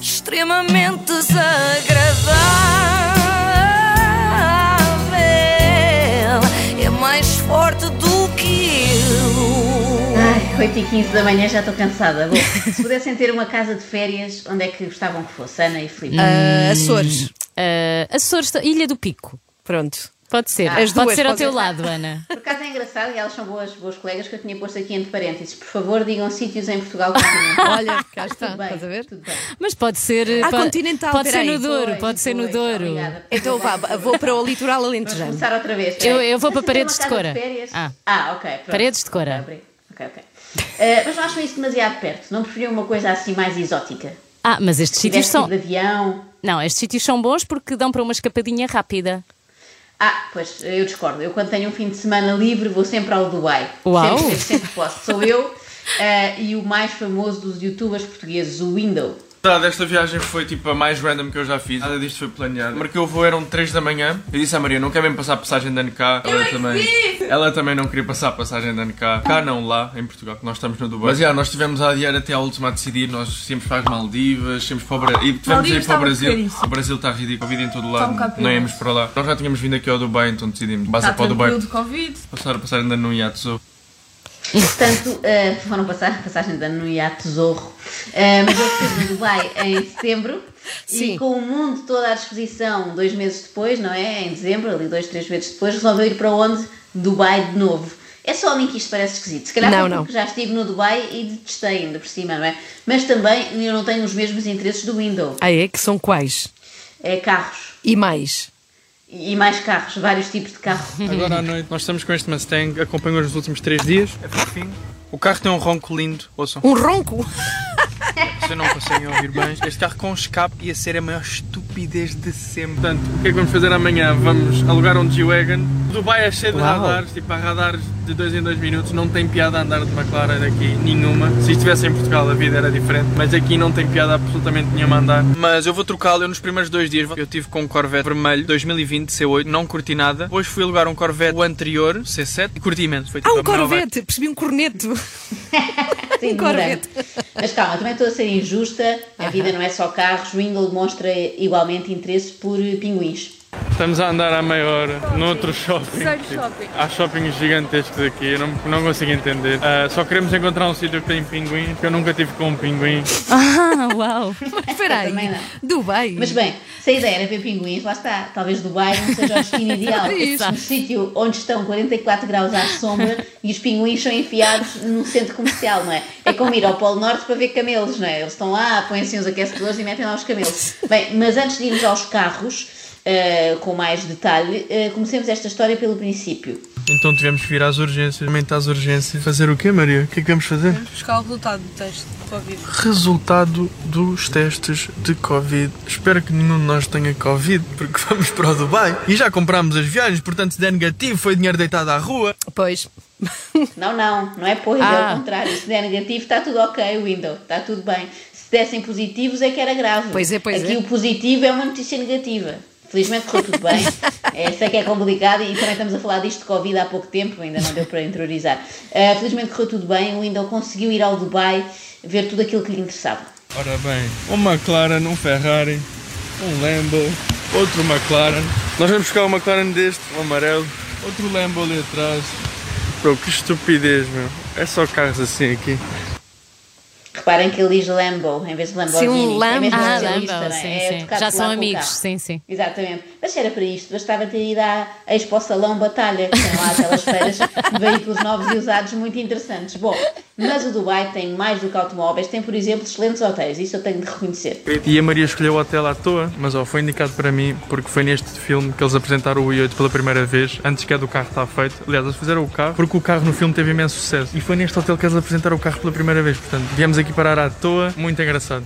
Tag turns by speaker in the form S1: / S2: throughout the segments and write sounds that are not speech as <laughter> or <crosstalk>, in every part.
S1: extremamente desagradável. É mais forte do que eu.
S2: Ai, 8 e 15 da manhã já estou cansada. Bom, se pudessem ter uma casa de férias, onde é que gostavam que fosse? Ana e Filipe.
S3: Hum.
S4: Ah, Açores.
S3: Ah, Açores, Ilha do Pico. Pronto, pode ser.
S2: Ah,
S4: as
S3: pode
S4: duas,
S3: ser ao
S4: pode
S3: teu
S4: ser. <laughs>
S3: lado, Ana.
S2: Por acaso é engraçado e elas são boas, boas colegas que eu tinha posto aqui entre parênteses. Por favor, digam sítios em Portugal que
S3: <laughs>
S2: tinham.
S4: Olha, cá está,
S2: Tudo bem,
S4: estás a ver?
S2: Tudo bem.
S3: Mas pode ser.
S4: Ah,
S3: po-
S4: Continental,
S3: Pode ser
S4: peraí.
S3: no Douro,
S2: Pois,
S3: pode ser no
S2: pois,
S3: Douro.
S2: obrigada.
S4: Então vá, vou para o litoral
S2: Vamos
S4: alentejano.
S2: começar outra vez.
S3: Eu-
S2: peraí.
S3: eu vou
S2: Mas tem
S3: para
S2: uma
S3: paredes de
S2: casa
S3: cora.
S2: férias?
S3: Ah.
S2: Ah, ok. Pronto.
S3: Paredes de cora.
S2: Ok, ok. ok. Eh, mas não acham isso demasiado perto? Não preferiam uma coisa assim mais exótica?
S3: Ah, mas estes sítios
S2: Tivesse
S3: são.
S2: tipo de avião?
S3: Não, estes sítios são bons porque dão para uma escapadinha rápida.
S2: Ah, pois, eu discordo. Eu quando tenho um fim de semana livre vou sempre ao Dubai.
S3: Uau.
S2: Sempre, sempre, sempre posso. Sou eu eh, e o mais famoso dos youtubers portugueses, o Window.
S5: Tá, desta viagem foi tipo a mais random que eu já fiz. Nada disto foi planeado. Marquei o voo, eram 3 da manhã. Eu disse à Maria, não quer mesmo passar a passagem de ano cá.
S6: é
S5: Ela também. Ela também não queria passar a passagem de ano cá. Cá não, lá, em Portugal, que nós estamos no Dubai. Mas já, nós estivemos a adiar até à última a decidir. Nós sempre para as Maldivas, sempre para o Brasil. E tivemos a ir
S6: Maldivas
S5: para o
S6: está muito
S5: Brasil.
S6: caríssimo.
S5: O Brasil está ridículo, a vida em todo
S6: um
S5: lado.
S6: bocado
S5: não íamos
S6: perigoso.
S5: para lá. Nós já tínhamos vindo aqui ao Dubai, então decidimos. Basta
S6: Está
S5: para o Dubai.
S6: tranquilo de Covid.
S5: Passar a passagem de ano num iate só.
S2: Portanto, eh, foram passar a passagem de ano no Iate Tesouro. Eh, mas eu estive no Dubai em setembro
S4: Sim.
S2: e com o mundo todo à disposição, dois meses depois, não é? Em dezembro, ali dois, três meses depois, resolveu ir para onde? Dubai de novo. É só a mim que isto parece esquisito. Se calhar
S4: Não,
S2: foi
S4: não.
S2: porque já estive no Dubai e detestei ainda por cima, não é? Mas também eu não tenho os mesmos interesses do Window.
S4: Ah, é? Que são quais?
S2: É carros.
S4: E mais?
S2: E e mais carros, vários tipos de carro.
S5: <laughs> Agora à noite, nós estamos com este Mustang, acompanhou nos últimos 3 dias. É fofinho. O carro tem um ronco lindo, ouçam.
S4: Um ronco?
S5: Vocês não conseguem ouvir bem. Este carro com escape ia ser a maior estupidez de sempre. Portanto, o que é que vamos fazer amanhã? Vamos alugar um G-Wagon. Dubai é cheio de radares, tipo, há radares de dois em dois minutos. Não tem piada a andar de McLaren aqui, nenhuma. Se estivesse em Portugal a vida era diferente, mas aqui não tem piada absolutamente nenhuma a andar. Mas eu vou trocá-lo eu nos primeiros dois dias. Eu tive com um Corvette vermelho 2020 C8, não curti nada. Depois fui alugar um Corvette o anterior, C7, e curti imenso. Foi
S4: Ah,
S5: tipo
S4: um
S5: a melhor vibe.
S4: corvete! Percebi um corneto.
S2: Sim,
S4: Um Corvette.
S2: demorando. Mas calma, também estou a ser injusta. A vida não é só carros. O Wingle demonstra igualmente interesse por eh, pinguins.
S7: Estamos a andar à meia hora noutro shopping.
S6: Terceiro
S7: Tipo,
S6: shopping.
S7: Há shoppings gigantescos aqui, eu não, não consigo entender. Ah, só queremos encontrar um sítio que tem pinguins, que eu nunca tive com um pinguim.
S3: Ah,
S4: <laughs>
S3: uau!
S4: Espera aí.
S2: também não.
S4: Dubai.
S2: Mas bem, se a ideia era ver pinguins, lá está. Talvez Dubai não seja o destino ideal.
S4: Isso.
S2: Um sítio onde estão 44 graus à sombra e os pinguins são enfiados num centro comercial, não é? É como ir ao Polo Norte para ver camelos, não é? Eles estão lá, põem assim os aquecedores e metem lá os camelos. Bem, mas antes de irmos aos carros, eh, com mais detalhe, eh, comecemos esta história pelo princípio.
S5: Então tivemos que vir às urgências, realmente às urgências. Fazer o quê, Maria? O que é que vamos fazer?
S6: Buscar o resultado do teste de Covid.
S5: Resultado dos testes de Covid. Espero que nenhum de nós tenha Covid, porque <laughs> vamos para o Dubai. E já comprámos as viagens, portanto, se der negativo, foi dinheiro deitado à rua.
S4: Pois.
S2: Não, não, não é pois, é
S3: Ah.
S2: ao contrário. Se der negativo, está tudo ok, Window, está tudo bem. Se dessem positivos é que era grave.
S4: Pois é, pois
S2: Aqui
S4: é.
S2: o positivo é uma notícia negativa. Felizmente correu tudo
S3: <laughs>
S2: bem. É, sei que é complicado e também estamos a falar disto de Covid há pouco tempo, ainda não deu para interiorizar. Ah, felizmente correu tudo bem, o Window conseguiu ir ao Dubai ver tudo aquilo que lhe interessava.
S7: Ora bem, um McLaren, um Ferrari, um Lambo, outro McLaren. Nós vamos
S5: um
S7: buscar o McLaren deste, o amarelo, outro Lambo ali atrás. Bro, que estupidez, meu. É só carros assim aqui.
S2: Reparem que ele diz Lambo em vez de Lamborghini.
S4: Sim, um
S2: É mesmo
S4: Lambo.
S3: Ah,
S2: socialista,
S3: Lambo,
S2: não é?
S3: sim,
S2: É
S3: sim.
S2: tocado
S3: Já
S2: lá
S3: são
S2: com o
S3: amigos,
S2: carro.
S3: sim, sim.
S2: Exatamente. Mas se era para isto, bastava ter ido à Expo Salão Batalha, que são lá aquelas feiras de veículos novos e usados muito interessantes. Bom, mas o Dubai tem mais do que automóveis, tem, por exemplo, excelentes hotéis, isso eu tenho de reconhecer.
S5: E a Maria escolheu o hotel à toa, mas ó, foi indicado para mim, porque foi neste filme que eles apresentaram o i8 pela primeira vez, antes que a do carro estar feito. Aliás, eles fizeram o carro, porque o carro no filme teve imenso sucesso. E foi neste hotel que eles apresentaram o carro pela primeira vez. Portanto, viemos aqui parar à toa, muito engraçado.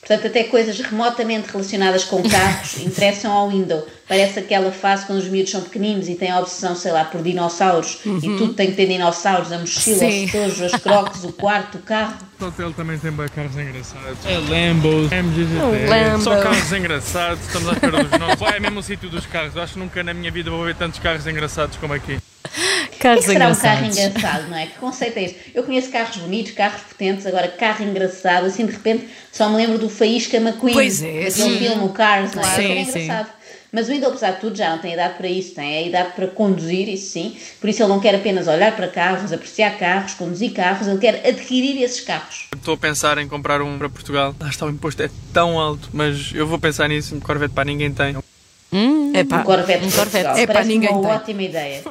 S2: Portanto, até coisas remotamente relacionadas com carros interessam ao Window. Parece aquela fase quando os miúdos são pequeninos e têm a obsessão, sei lá, por dinossauros e tudo tem que ter dinossauros, a mochila,
S4: Sim.
S2: os tojos, as croques, o quarto, o carro.
S7: Este hotel também tem bem carros engraçados. É Lambos, MGGT.
S4: Lambo.
S7: Só carros engraçados, estamos à espera dos novos. Vai, é mesmo o sítio dos carros. Eu acho que nunca na minha vida vou ver tantos carros engraçados como aqui.
S3: Carros
S2: que será um carro
S3: engraçados.
S2: engraçado, não é? Que conceito é este? Eu conheço carros bonitos, carros potentes, agora carro engraçado, assim de repente só me lembro do Faísca McQueen.
S4: Pois é,
S2: Aquele
S4: sim.
S2: filme, o Cars, não é?
S3: Sim,
S2: Aquele é
S3: sim.
S2: engraçado. Mas o Wendel, apesar de tudo, já não tem idade para isso, tem a idade para conduzir, isso sim. Por isso ele não quer apenas olhar para carros, apreciar carros, conduzir carros, ele quer adquirir esses carros.
S5: Estou a pensar em comprar um para Portugal. Lá está, o imposto é tão alto, mas eu vou pensar nisso. Um Corvette para ninguém tem.
S4: Epá,
S2: Um Corvette
S3: um
S2: de Portugal.
S3: Corvette.
S4: Epá,
S2: Parece
S4: ninguém
S2: uma
S4: tem.
S2: ótima ideia.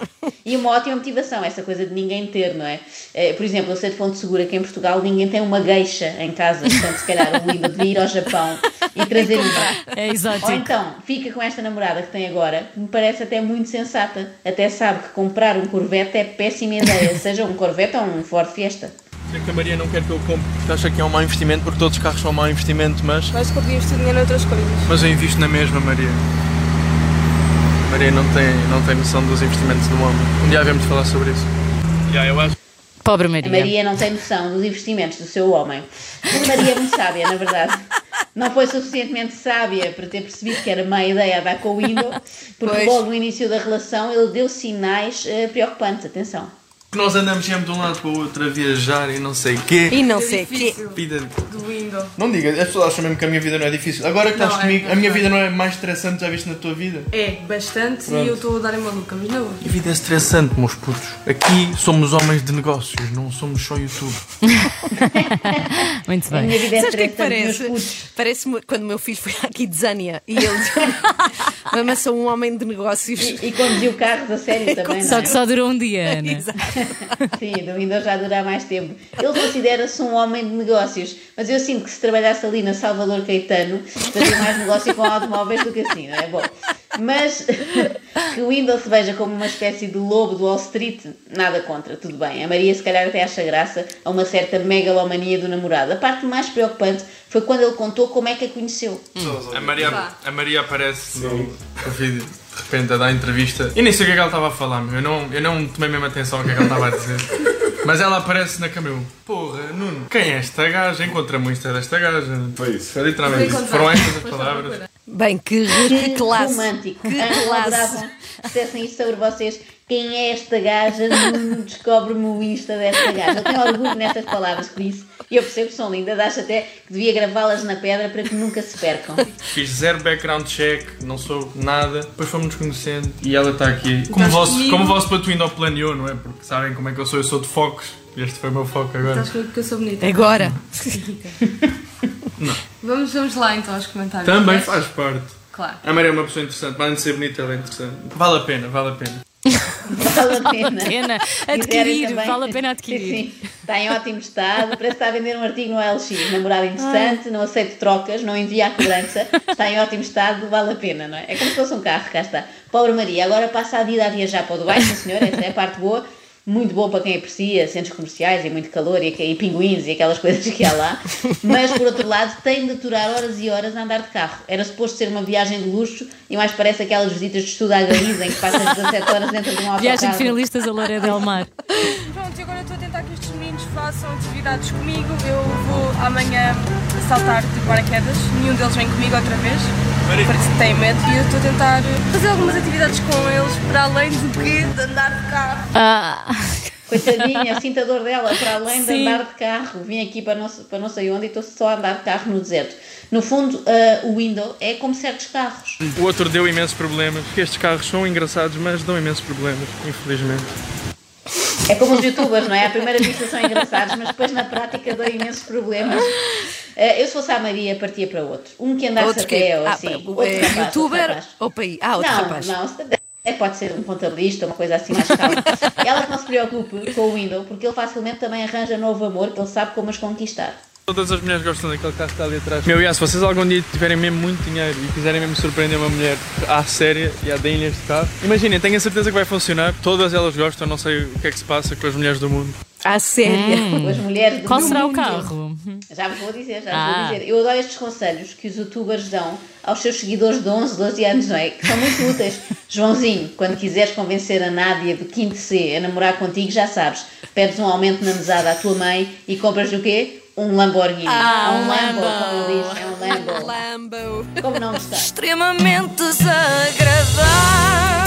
S2: E uma ótima motivação, essa coisa de ninguém ter, não é? Eh, Por exemplo, eu sei de fonte segura que em Portugal ninguém tem uma gueixa em casa. Portanto, se calhar o Lima devia ir ao Japão e um trazer uma.
S3: <laughs> É exótico.
S2: Ou então, fica com esta namorada que tem agora, que me parece até muito sensata. Até sabe que comprar um Corvette é péssima ideia, seja um Corvette ou um Ford Fiesta.
S5: Sei que a Maria não quer que eu compre porque acha que é um mau investimento, porque todos os carros são um mau investimento, mas.
S6: Acho que eu podia investir dinheiro em outras coisas.
S5: Mas eu invisto na mesma, Maria. Maria não tem, não tem noção dos investimentos do homem. Um dia havemos de falar sobre isso.
S7: Já, eu acho
S3: Pobre
S2: A
S3: Maria.
S2: Maria não tem noção dos investimentos do seu homem. Mas Maria é muito sábia, na verdade. Não foi suficientemente sábia para ter percebido que era má ideia dar com o Window, porque
S4: Pois.
S2: logo no início da relação ele deu sinais eh, preocupantes. Atenção.
S5: Que nós andamos sempre de um lado para o outro a viajar e não sei o quê.
S4: e não
S6: É
S4: sei o quê.
S6: difícil.
S5: Vida de-
S6: Do Windows.
S5: Não diga, as pessoas acham mesmo que a minha vida não é difícil. Agora que
S6: Não,
S5: estás
S6: é
S5: comigo, a
S6: verdade.
S5: minha vida não é mais estressante, já viste na tua vida?
S6: É, bastante e eu estou a dar em maluca, mas não.
S5: A vida é estressante, meus putos. Aqui somos homens de negócios, não somos só YouTube.
S3: Muito
S2: A
S3: bem.
S2: minha vida é
S4: Sabes o que é que
S2: estressante, meus
S4: parece?
S2: putos.
S4: Parece-me quando o meu filho foi à Kidzania e ele <laughs> Mamãe, sou um homem de negócios.
S2: E, e conduziu carros
S4: <laughs>
S2: a sério também, não
S3: Só
S2: é?
S3: que só durou
S2: <laughs>
S3: um dia, Ana.
S4: Exato.
S2: Sim, do Windows já dura há mais tempo. Ele considera-se um homem de negócios, mas eu sinto que se trabalhasse ali na Salvador Caetano, fazia mais negócio com automóveis do que assim, não é? Bom, mas que o Windows se veja como uma espécie de lobo do Wall Street, nada contra, tudo bem. A Maria se calhar até acha graça a uma certa megalomania do namorado. A parte mais preocupante foi quando ele contou como é que a conheceu.
S7: A Maria, a Maria aparece no no vídeo de repente a dar entrevista. Eu nem sei o que é que ela estava a falar, meu. Eu não, eu não tomei mesmo atenção ao que é que ela estava a <laughs> dizer. Mas ela aparece na câmera. eu, Porra, Nuno, quem é esta gaja? Encontra-me o Insta desta gaja.
S8: Foi isso.
S7: Foi
S6: Foi
S7: literalmente isso.
S6: encontrar.
S7: Foram estas as
S6: Foi
S7: palavras.
S4: Bem, que, que
S2: Que
S4: classe.
S2: romântico.
S4: Que
S2: Ah, eu
S4: classe.
S2: adorava que dissessem isto sobre vocês. Quem é esta gaja? Nuno, Descobre-me o Insta desta gaja. Eu tenho orgulho nestas palavras que disse. E eu percebo que são lindas. Acho até que devia gravá-las na pedra para que nunca se percam. <laughs>
S7: Fiz zero background check, não sou nada. Depois fomos nos conhecendo e ela está aqui. Como
S6: Estás
S7: vosso,
S6: comigo?
S7: como vosso patuindo planeou, não é? Porque sabem como é que eu sou, eu sou de focos. Este foi o meu foco agora.
S6: Estás comigo porque eu sou bonita.
S4: Agora.
S6: Vamos, vamos lá então aos comentários.
S7: Também
S6: Queres?
S7: faz parte.
S6: Claro.
S7: A Maria é uma pessoa interessante, além de ser bonita, ela é interessante. Vale a pena, vale a pena.
S2: Vale a pena.
S3: Pena
S2: Quiserem
S3: adquirir,
S2: também.
S3: vale a pena adquirir.
S2: Sim, sim. Está em ótimo estado. Parece que está a vender um artigo no LX. Namorado interessante, não aceito trocas, não envia a cobrança. Está em ótimo estado, vale a pena, não é? É como se fosse um carro, cá está. Pobre Maria, agora passa a vida a viajar para o Dubai, sim senhora, essa é a parte boa. Muito boa para quem aprecia centros comerciais e muito calor e, e pinguins e aquelas coisas que há lá. Mas, por outro lado, tem de aturar horas e horas a andar de carro. Era suposto ser uma viagem de luxo e mais parece aquelas visitas de estudo à Galiza em que passas 17 horas dentro de um autocarro.
S3: Viagem de finalistas a Loura del Mar.
S9: Pronto, e agora eu estou a tentar que estes meninos façam atividades comigo. Eu vou amanhã saltar de paraquedas. Nenhum deles vem comigo outra vez, porque tem medo. E eu estou a tentar fazer algumas atividades com eles, para além do que de andar de carro.
S3: Ah,
S2: Coitadinha, sinto a dor dela, para além
S3: Sim.
S2: de andar de carro. Vim aqui para não, se- para não sei onde e estou só a andar de carro no deserto. No fundo, ah, o window é como certos carros.
S5: O outro deu imensos problemas. Porque estes carros são engraçados, mas dão imensos problemas, infelizmente.
S2: É como os youtubers, não é? À primeira vista são engraçados, mas depois na prática dão imensos problemas. Ah, eu, se fosse a Maria, partia para outro. Um que andasse
S4: Outro
S2: a
S4: que
S2: pé ou
S4: ah,
S2: assim.
S4: pá,
S2: Outro
S4: é,
S2: rapaz, outro
S4: youtuber
S2: rapaz.
S4: ou país. Ah, outro
S2: não,
S4: rapaz.
S2: não, se- é, pode ser um contabilista, uma coisa assim mais calma. Ela que não se preocupe com o window, porque ele facilmente também arranja novo amor, que ele sabe como as conquistar.
S5: Todas as mulheres gostam daquele carro que está ali atrás. Meu, e se vocês algum dia tiverem mesmo muito dinheiro e quiserem mesmo surpreender uma mulher à séria e à deem-lhe este carro, imaginem, tenho a certeza que vai funcionar. Todas elas gostam, não sei o que é que se passa com as mulheres do mundo.
S4: À séria.
S2: Com as mulheres do
S3: Hum. qual será o
S2: mundo.
S3: carro?
S2: Já vos vou dizer, já
S3: Ah.
S2: vos vou dizer. Eu adoro estes conselhos que os youtubers dão aos seus seguidores de 11, 12 anos, não é? Que são muito
S3: <laughs>
S2: úteis. Joãozinho, quando quiseres convencer a Nádia do 5 C a namorar contigo, já sabes. Pedes um aumento na mesada à tua mãe e compras o quê? Um Lamborghini. Ah, um Lambo, como ele diz. É um
S3: <laughs>
S2: Lambo.
S4: Lambo.
S2: Como não está?
S1: extremamente desagradável. assim?